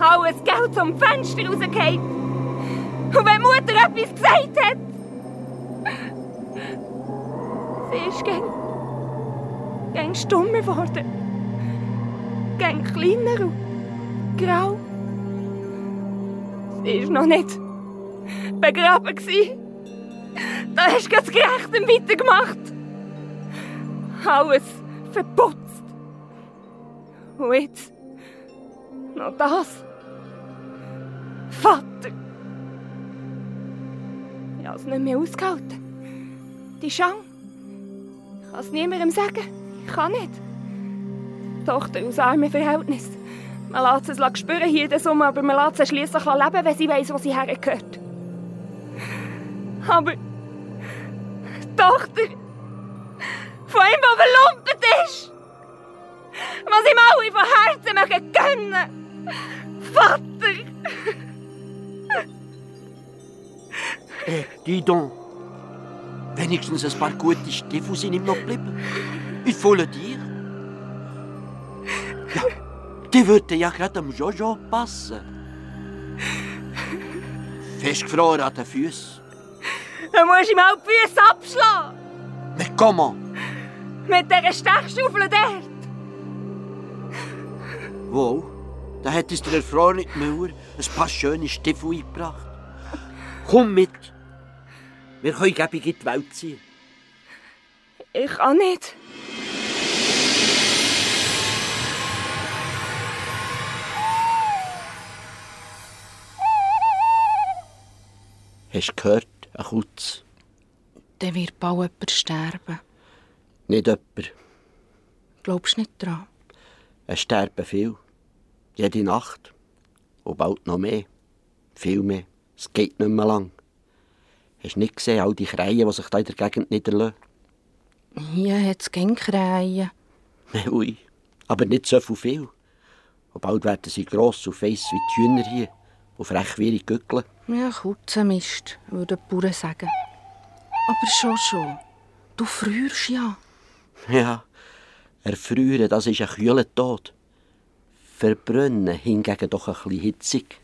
S9: Alles Geld zum Fenster rausgeht. Und wenn Mutter etwas gesagt hat,
S4: Leben ist gang, gang stummer geworden. Gang kleiner und grau. Sie ist noch nicht begraben gewesen. Da hast du das Gerechte weitergemacht. Alles verputzt. Und jetzt noch das. Vater. Ich habe es nicht mehr ausgehalten. Die Schang. Ich kann es niemandem sagen. Ich kann nicht. Tochter aus armen Verhältnissen. Man lässt es lassen spüren hier in der Summe, aber man lässt sie schliesslich leben, wenn sie weiss, wo sie hergehört. Aber... Tochter... Von ihm, der verlumpet ist! Was ihm alle von Herzen mögen gönnen! Vater!
S1: Hey, dis donc. Wenigstens ein paar gute Stiefel sind ihm noch geblieben. Ich fühle dir. Ja, die würden ja gerade am Jojo passen. Festgefroren an den Füßen.
S4: Dann musst du ihm auch die Füße abschlagen!
S1: Mais comment?
S4: Mit dieser Stechschaufel dort!
S1: Wow, da hat uns der erfrorene Müller ein paar schöne Stiefel eingebracht. Komm mit. Wir können gäbig in die Welt ziehen.
S4: Ich kann nicht.
S1: Hast du gehört, ein Kutz?
S2: Dann wird bald jemand sterben.
S1: Nicht jemand.
S2: Glaubst du nicht dran?
S1: Es sterben viel. Jede Nacht. Und bald noch mehr. Viel mehr. Es geht nicht mehr lang. Hast du nicht gesehen, all die Kreien, die sich da in der Gegend niederlassen? <laughs>
S2: Hier hat es keine Kreien.
S1: Nein, Ui. Aber nicht so viel. viel. Und bald werden sie gross und feiss wie die Hühner hier. Und frech wie ihre Gückeln.
S2: Ja, Kutzenmist, würden die Bauern sagen. Aber schon schon. Du frierst ja.
S1: <laughs> Ja, erfrieren, das ist ein kühler Tod. Verbrennen hingegen doch ein bisschen hitzig.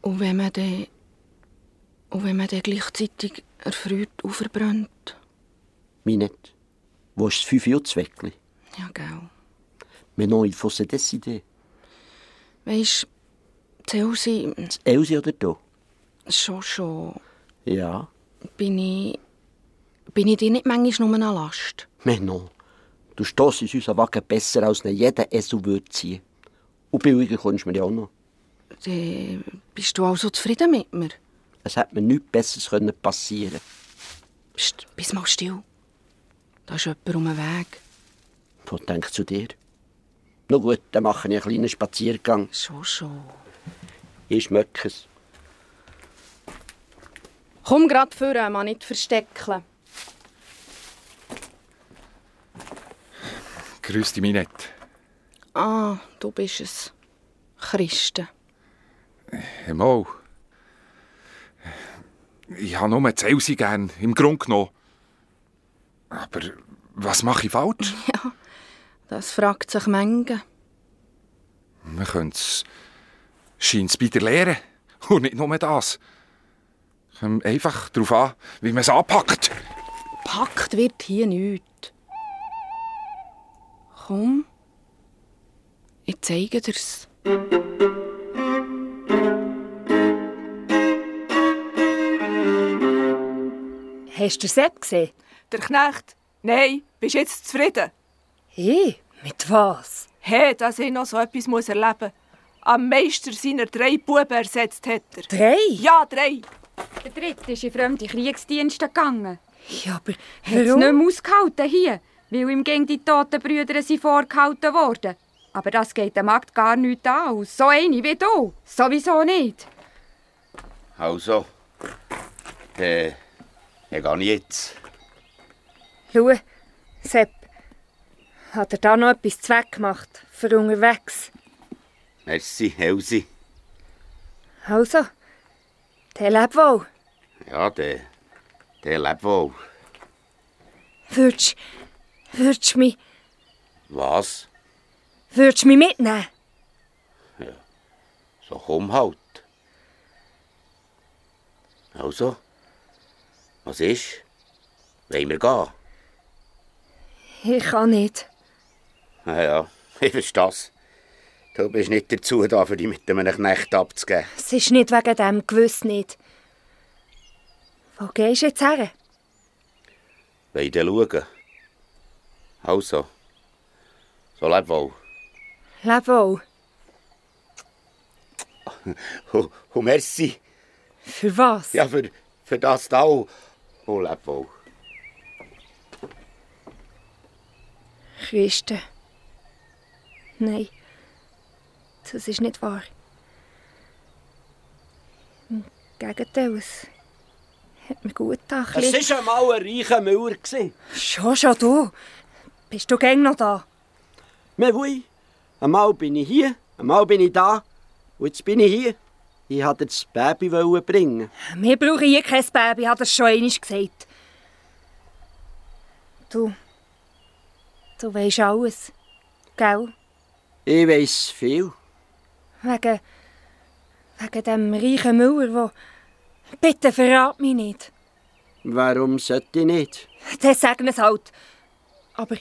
S2: Und wenn man dann... Und wenn man dann gleichzeitig erfriert und verbrennt.
S1: Minette, wo ist das 5 Uhr Zweckli?
S2: Ja, gell.
S1: Maintenant, il faut se décider.
S2: Weisst, die Elsie...
S1: Elsie oder du?
S2: Schon schon
S1: Ja,
S2: bin ich... Bin ich dir nicht manchmal nur eine Last?
S1: maintenant. Du stossest unseren Wagen besser, als ihn jeder Esel würde ziehen. Und billiger kommst du mir ja auch noch.
S2: Dann bist du also zufrieden mit mir?
S1: Es hätte mir nichts Besseres können passieren
S2: Psst, bist mal still. Da ist jemand um den Weg.
S1: können. Was denkst du dir? Na gut, dann mache ich einen kleinen Spaziergang.
S2: Schon, schon.
S1: Ich schmecke es.
S2: Komm grad vor, man nicht verstecken.
S15: Grüß dich, Minette.
S2: Ah, du bist es. Christen.
S15: Mal. Ich habe nur die Elsie gern, im Grunde genommen. Aber was mache ich falsch?
S2: Das fragt sich Menge.
S15: Man könnte es scheint bei der Lehre. Und nicht nur das. Kommt einfach darauf an, wie man es anpackt.
S2: Packt wird hier nichts. Komm. Ich zeige dir's.
S18: Hast du Sepp gesehen? Der Knecht? Nein, bist jetzt zufrieden? Hey, mit was? Hey, dass ich noch so etwas muss erleben muss. Am Meister seiner drei Buben ersetzt hat er.
S9: Drei?
S18: Ja, drei.
S9: Der dritte ist in fremde Kriegsdienste gegangen.
S18: Ja, aber
S9: Hat es nicht mehr ausgehalten hier, weil ihm gegen die toten Brüder sind vorgehalten worden. Aber das geht der Magd gar nicht aus. So eine wie du. Sowieso nicht.
S5: Also, äh, dann gehe ich jetzt.
S26: Schau, Sepp, hat er da noch etwas zu Zweck gemacht, für unterwegs?
S5: Merci, Elsie.
S26: Also, dann leb wohl.
S5: Ja, der, der lebt wohl.
S26: Würdest würdest du mich,
S5: Was?
S26: würdest du mich mitnehmen?
S5: So komm halt. Also, was ist? Wollen wir gehen?
S4: Ich kann nicht.
S5: Ja, ja, <laughs> ich verstehe es. Du bist nicht dazu da, für dich mit einem Knecht abzugeben.
S4: Es ist nicht wegen dem, gewiss nicht. Wo gehst du jetzt her?
S5: Wollen wir schauen? Also, so leb wohl.
S4: Leb wohl.
S5: Und, und Oh, merci.
S4: Für was?
S5: Ja, für, für das da auch. Und leb wohl.
S4: Christen. Nein, das ist nicht wahr. Im Gegenteil, es hat mir gut getan. ein bisschen.
S1: Es war einmal ein reicher Müller.
S4: Schon, schon du. Bist du gäng noch da?
S1: Mais oui. Einmal bin ich hier, einmal bin ich da. Und jetzt bin ich hier. Ich wollte das Baby bringen.
S4: Wir brauchen hier kein Baby, hat er schon einmal gesagt. Du. Du weisst alles. Gell?
S1: Ich weiss viel.
S4: Wegen. wegen dem reichen Müller, wo. Bitte verrat mich nicht.
S1: Warum sollte ich nicht?
S4: Dann sagen es halt. Aber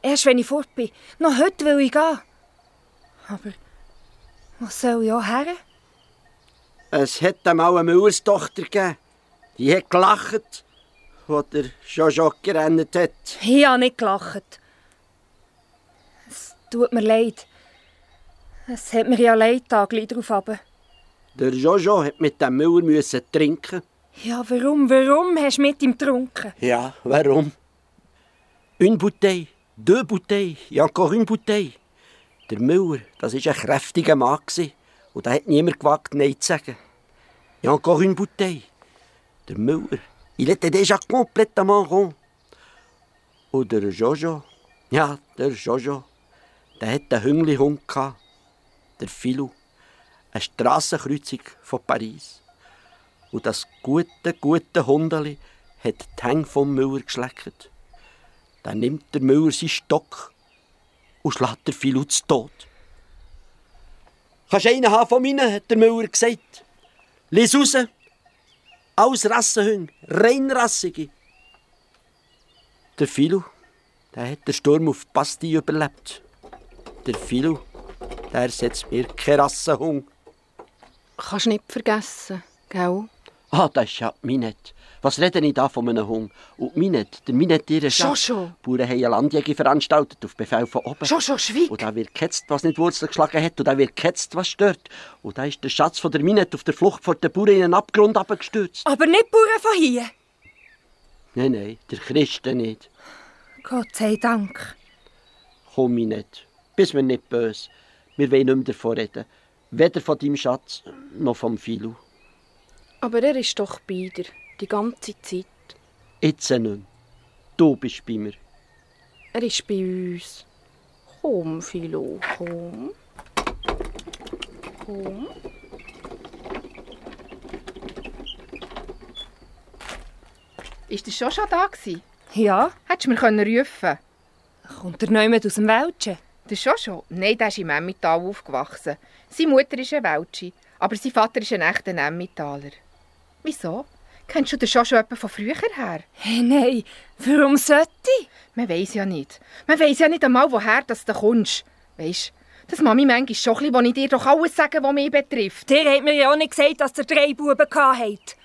S4: erst wenn ich fort bin. Noch heute will ich gehen. Aber. Wo soll ich auch her?
S1: Es hat einmal eine Müllerstochter gegeben. Die hat gelacht, als der Jojo gerannt hat.
S4: Ich habe nicht gelacht. Es tut mir leid. Es hat mir ja leid getan, gleich darauf runter.
S1: Der Jojo hat mit dem Müller müssen trinken.
S4: Ja, warum, warum hast du mit ihm getrunken?
S1: Ja, warum? Une bouteille, deux bouteilles, et encore une bouteille. Der Müller, das war ein kräftiger Mann. gewesen. Und da hat niemand gewagt, Nein zu sagen. Et encore une bouteille. Der Müller, il était déjà complètement rond. Und der Jojo, ja, der Jojo, der hat einen Hüngli-Hund gehabt. Der Philou. Eine Strassenkreuzung von Paris. Und das gute, gute Hundeli hat die Hänge vom Müller geschleckt. Dann nimmt der Müller seinen Stock und schlägt der Philou zu Tod. Kannst einen haben von meinen, hat der Müller gesagt. Lies raus. Alles Rassenhunde, reinrassige. Der Philou, der hat den Sturm auf die Bastille überlebt. Der Philou, der setzt mir keine Rassenhund.
S19: Kannst nicht vergessen, gell?
S1: Ah, das ist ja Minette. Was rede ich da von einem Hund? Und Minette, der Minette, ihre
S19: Schon, schon.
S1: Die Bauern haben eine Landjäger veranstaltet, auf Befehl von oben.
S19: Schon, schon, schweig.
S1: Und da wird gehetzt, was nicht Wurzeln geschlagen hat. Und da wird gehetzt, was stört. Und da ist der Schatz von der Minette auf der Flucht vor den Bauern in einen Abgrund abgestürzt.
S4: Aber nicht die Bauern von hier.
S1: Nein, nein, der Christen nicht.
S4: Gott sei Dank.
S1: Komm, Minette, bist mir nicht böse. Wir wollen nicht mehr davon reden. Weder von deinem Schatz, noch vom Philou.
S19: Aber er ist doch bei dir, die ganze Zeit.
S1: Jetzt nicht mehr. Du bist bei mir.
S19: Er ist bei uns. Komm, Philo, komm. Komm.
S2: Ist der schon schon da gewesen?
S4: Ja.
S2: Hättest du mir können rufen
S4: Kommt er niemand aus dem Wäldchen?
S2: Der Jojo? Nein, der ist im Emmental aufgewachsen. Seine Mutter ist ein Weltschi, aber sein Vater ist ein echter Emmentaler. Wieso? Kennst du den Jojo etwa von früher her?
S4: Hey, nein, warum sollte ich?
S2: Man weiß ja nicht. Man weiß ja nicht einmal, woher das du kommst. Weißt das mache ich manchmal schon ein bisschen, wo ich dir doch alles sage, was mich betrifft.
S4: Dir hat mir ja auch nicht gesagt, dass ihr drei Buben hattet.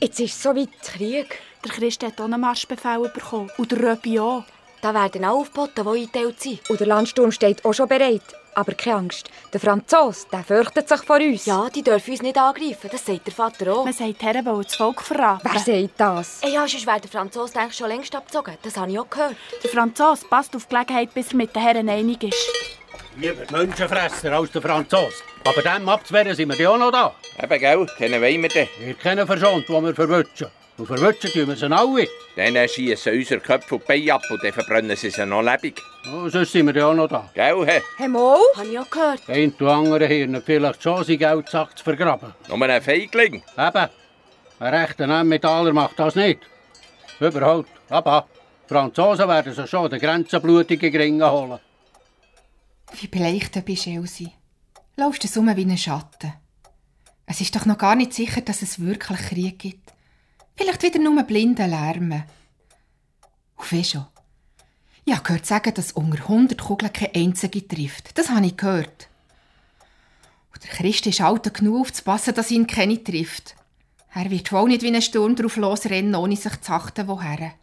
S4: Jetzt ist es so weit Krieg.
S27: Der Christ hat auch einen Marschbefehl bekommen. Und der Röpi auch.
S9: Da werden auch Aufboten, die eingeteilt sind.
S4: Und der Landsturm steht auch schon bereit. Aber keine Angst, der Franzos, der fürchtet sich vor uns.
S9: Ja, Ah, die dürfen uns nicht angreifen, das sagt der Vater auch.
S27: Man sagt, die Herren wollen das Volk verraten.
S4: Wer sagt das?
S9: Ey, ja, sonst wäre der Franzos eigentlich schon längst abgezogen. Das habe ich auch gehört.
S27: Der Franzos passt auf die Gelegenheit, bis er mit den Herren einig ist.
S12: Lieber Menschenfresser als der Franzos. Aber dem abzuwehren sind wir ja auch noch da.
S5: Eben, gell? Kennen wollen wir denn?
S12: Wir kennen verschont, wo wir verwutschen. Und verwutschen tun wir sie alle.
S13: Dann schiessen unsere Köpfe und Beine ab und dann verbrennen sie sie noch lebendig.
S12: Und sonst sind wir ja auch noch da.
S13: Gell, hä?
S4: Hey Mo? Habe ich auch gehört.
S12: Ein und andere hier vielleicht schon seinen Geldsack zu vergraben.
S13: Nur ein Feigling.
S12: Eben. Ein rechter Nemmetaler macht das nicht. Überhaupt. Aber die Franzosen werden sich schon den grenzenblutigen Gringen holen.
S2: Wie beleicht bist, Elsie. Laufst du um wie ein Schatten. Es ist doch noch gar nicht sicher, dass es wirklich Krieg gibt. Vielleicht wieder nur blinde Lärme. Und wie schon? Ich habe gehört sagen, dass unter 100 Kugeln keine einzige trifft. Das habe ich gehört. Und der Christ ist alt genug aufzupassen, dass ihn keine trifft. Er wird wohl nicht wie ein Sturm drauf losrennen, ohne sich zu achten, woher.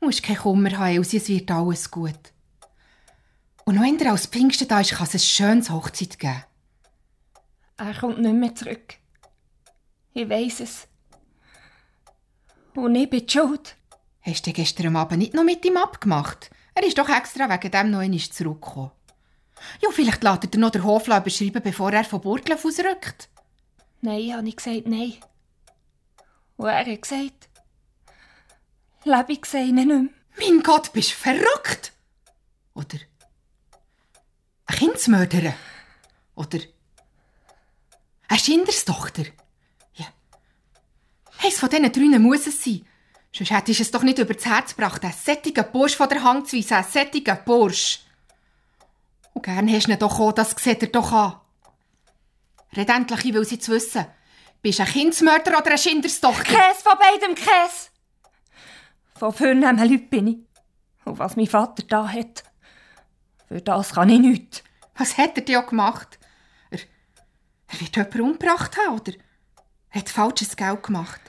S2: Du musst keinen Kummer haben, Elsie, es wird alles gut. Und noch eher als Pfingsten da ist, kann es ein schönes Hochzeit geben.
S4: Er kommt nicht mehr zurück. Ich weiß es. Und ich bin die schuld.
S2: Hast du gestern Abend nicht noch mit ihm abgemacht? Er ist doch extra wegen dem noch einmal zurückgekommen. Ja, vielleicht lässt er dir noch den Hof beschreiben, bevor er von Burglauf ausrückt.
S4: Nein, habe ich gesagt, nein. Und er hat gesagt, Lebe sehe ich ihn nicht mehr.
S2: Mein Gott, bist du verrückt! Oder ein Kindsmörder? Oder eine Schinderstochter? Ja. Eins von diesen drei muss es sein. Sonst hättest du es doch nicht übers Herz gebracht, einen sättigen Bursch von der Hand zu weisen, einen sättigen Bursch. Und gern hast du ihn doch auch, das sieht er doch an. Red endlich, ich will sie zu wissen. Bist du ein Kindsmörder oder eine Schinderstochter?
S4: Käse von beidem Käse. Von vornehmen Leuten bin ich. Und was mein Vater da hat, für das kann ich nichts.
S2: Was hat er dir auch gemacht? Er, er wird jemanden umgebracht haben, oder? Er hat falsches Geld gemacht.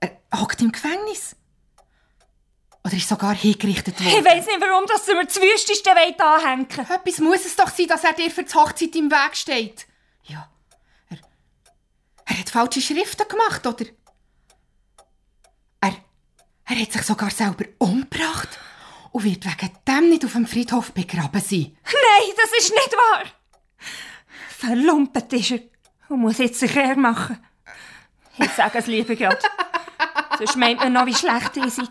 S2: Er hockt im Gefängnis. Oder ist sogar hingerichtet worden.
S4: Ich weiß nicht, warum dass du mir das Wüsteste Weit anhängen
S2: Etwas muss es doch sein, dass er dir für die Hochzeit im Weg steht. Ja. Er, er hat falsche Schriften gemacht, oder? Er, er hat sich sogar selber umgebracht und wird wegen dem nicht auf dem Friedhof begraben sein.
S4: Nein, das ist nicht wahr. Verlumpet ist er und muss jetzt sich her machen. Ich sage es lieber Gott. Sonst meint man noch, wie schlecht ich sei.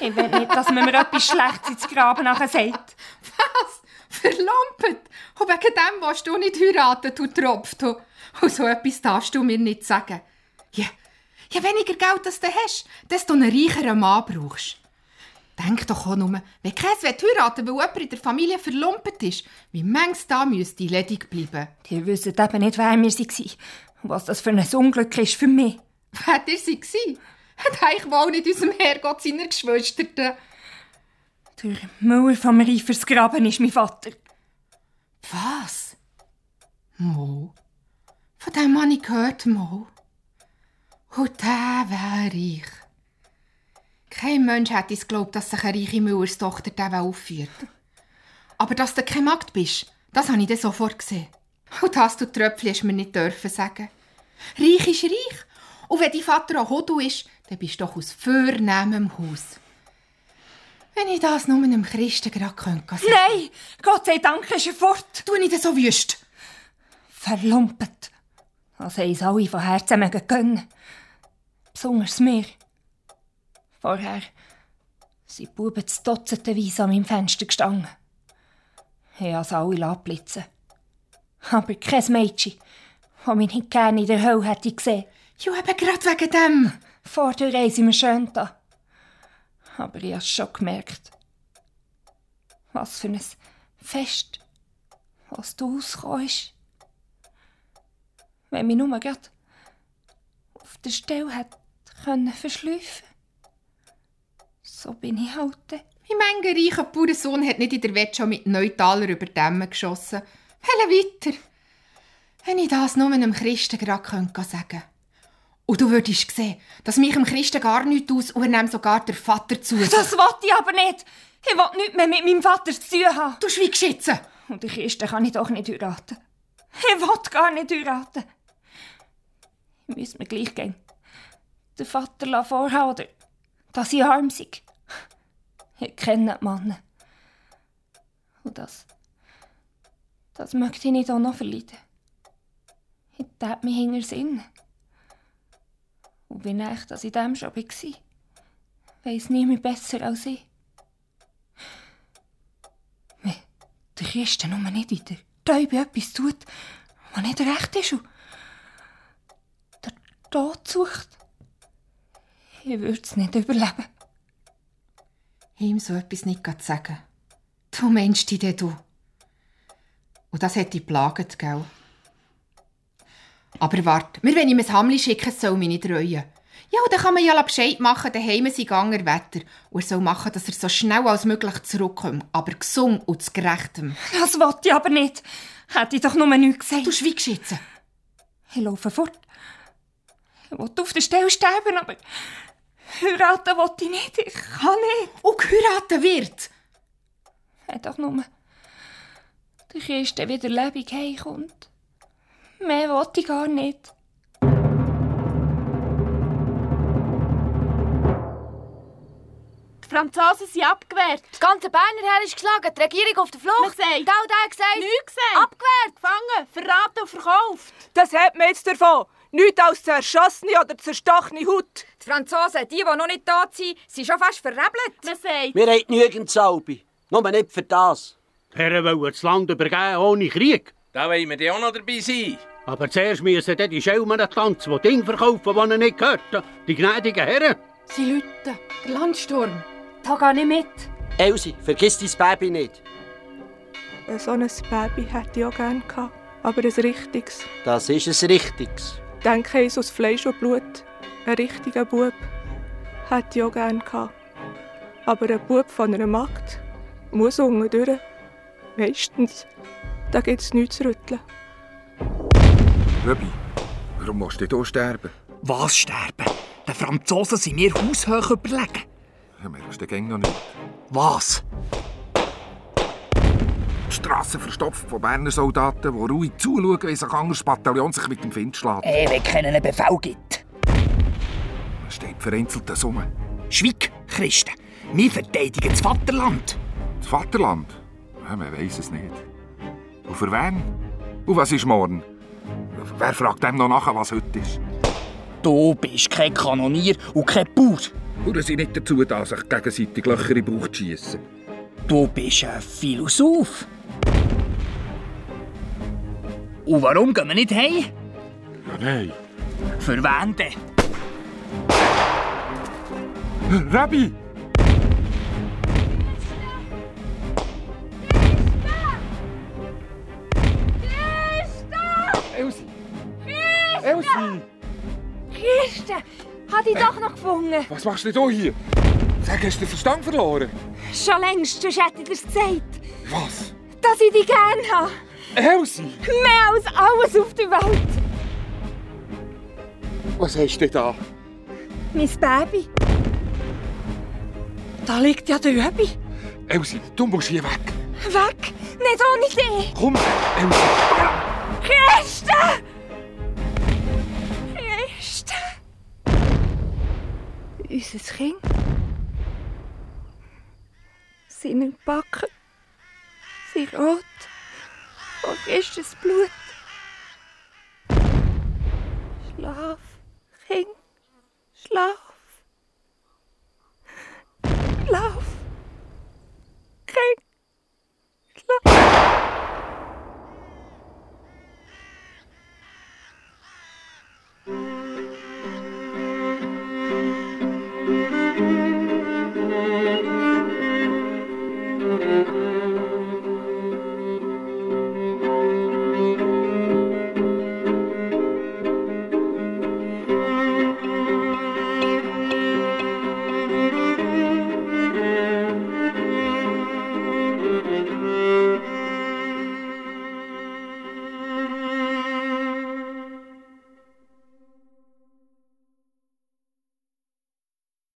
S4: Ich will nicht, dass man mir etwas Schlechtes ins Grab nachher sagt.
S2: Was? Verlumpet? Und wegen dem willst du nicht heiraten, du Tropf. Du. Und so etwas darfst du mir nicht sagen. Ja, je weniger Geld das du hast, desto einen reicheren Mann brauchst. Denk doch auch nur, wenn Käse will heiraten weil jemand in der Familie verlumpet ist, wie manches da müsste ledig bleiben.
S4: Die wissen eben nicht, wer wir waren. Und was das für ein Unglück ist für mich.
S2: Wer ihr sie gsi? Hat eigentlich wohl nicht unserem Herrgott seiner Geschwister.
S4: Der Müller vom Reifers Graben ist mein Vater.
S2: Was? Mo? Von dem habe ich gehört, Mo. Und der wäre ich. Kein Mensch hätte es geglaubt, dass sich eine reiche Müllerstochter den Weg aufführt. Aber dass du kein Magd bist, das habe ich dann sofort gesehen. Und das, du Tröpfchen, hast mir nicht dürfen sagen. Reich ist reich. Und wenn dein Vater auch Hodu ist, dann bist du doch aus vornehmem Haus. Wenn ich das nur einem Christen gerade könnte sagen.
S4: Nein, Gott sei Dank ist er fort.
S2: Tu nicht so wüst.
S4: Verlumpet. Das haben uns alle von Herzen mögen gönnen. Besonders mir. Vorher sind die Buben zu dutzendenweise an meinem Fenster gestanden. Ich habe sie alle abblitzen Aber kein Mädchen, das mich nicht gerne in der Hölle hätte gesehen.
S2: Ja, eben gerade wegen dem.
S4: Vor der Reise sind wir schön da. Aber ich habe es schon gemerkt. Was für ein Fest, was du auskommst. Wenn mich nur gerade auf der Stelle hätte können verschleifen so bin ich halt. dann.
S2: Mein mancher reicher Bauernsohn hat nicht in der Welt schon mit Neutaler über Dämme geschossen. Helle weiter. Wenn ich das nur einem Christen gerade könnte sagen Und du würdest sehen, dass mich im Christen gar nichts aus und er nimmt sogar der Vater zu.
S4: Das wollte ich aber nicht. Ich will nichts mehr mit meinem Vater zu tun haben.
S2: Du schweigst jetzt.
S4: Und die Christen kann ich doch nicht heiraten. Ich will gar nicht heiraten. Ich müsste mir gleich gehen. Den Vater lassen vorhaben oder dass ich arm sei. Ich kenne die Männer. Und das, das möchte ich nicht auch noch verleiden. Ich tät mich hinter Sinn. Und wie näher dass ich dem schon war, weiss niemand besser als ich. Wenn der Christen nur nicht wieder Täube etwas tut, was nicht recht ist und der Tod sucht, ich würde es nicht überleben.
S2: Ihm so etwas nicht grad sagen. Du meinst dich denn, du. Und das hat dich plaget, gell? Aber wart, mir wenn ich mein Hamli schicke, es soll mich nicht reuen. Ja, und dann kann man ja Bescheid machen, daheim sei ganger Wetter. Und er soll machen, dass er so schnell als möglich zurückkommt, aber gesund und zu gerechtem.
S4: Das wollte ich aber nicht. Hätte ich doch nur nichts gesagt. Du schweigst jetzt. äh, Ich laufe fort. Ich wollte auf der Stelle sterben, aber heiraten wollte ich nicht. Ich kann nicht. Und geheiratet wird? Wenn doch nur der Christen wieder lebendig heimkommt. Mehr wollte ich gar nicht.
S28: Die Franzosen sind abgewehrt. Das ganze Berner Heer ist geschlagen, die Regierung auf der Flucht. Man sagt, all der gesagt.
S11: Nichts
S28: gesehen. Abgewehrt. Gefangen, verraten und verkauft.
S11: Das hat man jetzt davon. Nichts als die erschossene oder zerstochene Haut.
S9: Die Franzosen, die, die noch nicht da sind, sind schon fast verrebelt. Man sagt...
S1: Wir haben genügend Salbe. Nur nicht für das.
S12: Die Herren wollen das Land übergeben ohne Krieg.
S29: Da wollen wir die auch noch dabei sein.
S12: Aber zuerst müssen dann die Schelmen an die Lanze, die Dinge verkaufen, die ihnen nicht gehört. Die gnädigen Herren.
S30: Sie Leute, der Landsturm.
S31: Da gehe ich mit.
S1: Elsie, vergiss dein Baby nicht.
S11: So ein Baby hätte ich auch gerne gehabt. Aber ein richtiges.
S1: Das ist es Richtiges.
S11: Denke ich aus Fleisch und Blut. Ein richtiger Bub. Hätte ich auch gerne gehabt. Aber ein Bub von einer Magd muss unten durch. Meistens. Da gibt es nichts zu rütteln.
S15: Röbi, warum musst du hier sterben?
S22: Was sterben? Den Franzosen sind wir haushoch überlegen.
S15: Ja, mir ist der Gang noch nicht.
S22: Was?
S15: Die Strassen verstopft von Berner Soldaten, die ruhig zuschauen, wie sich ein anderes Bataillon sich mit dem Wind schlägt.
S8: Eh.
S22: Ewig kennen einen Befehl gibt.
S15: Man steht vereinzelt Summe.
S22: Schwieg, Christen. Wir verteidigen das Vaterland.
S15: Das Vaterland? Ja, man weiß es nicht. Und für wen? Und was ist morgen? Wer fragt dem noch nach, was heute ist?
S22: Du bist kein Kanonier und kein Bauer.
S15: Bauern sind nicht dazu da, sich gegenseitig Löcher in den Bauch zu schiessen.
S22: Du bist ein Philosoph. Und warum gehen wir nicht heim?
S15: Ja, nein.
S22: Für wen denn?
S15: Rabbi!
S12: Elsie! Elsie!
S9: Christen, hat ich doch noch gefunden.
S15: Was machst du nou hier? Sag, hast du den Verstand verloren?
S9: Schon längst, sonst hätte ich dir's gesagt.
S15: Was?
S9: Dass ich dich gerne habe.
S15: Elsie!
S9: Mehr als alles auf der Welt.
S15: Was hast du denn da?
S9: Mein Baby. Da liegt ja der Übi.
S15: Elsie, du musst hier weg.
S9: Weg. Nicht ohne dich.
S15: Komm, Elsie!
S9: Christen! Christen!
S32: Unser Kind. Seine Backen. Sein Rot. Und ist das Blut. Schlaf, Kind. Schlaf.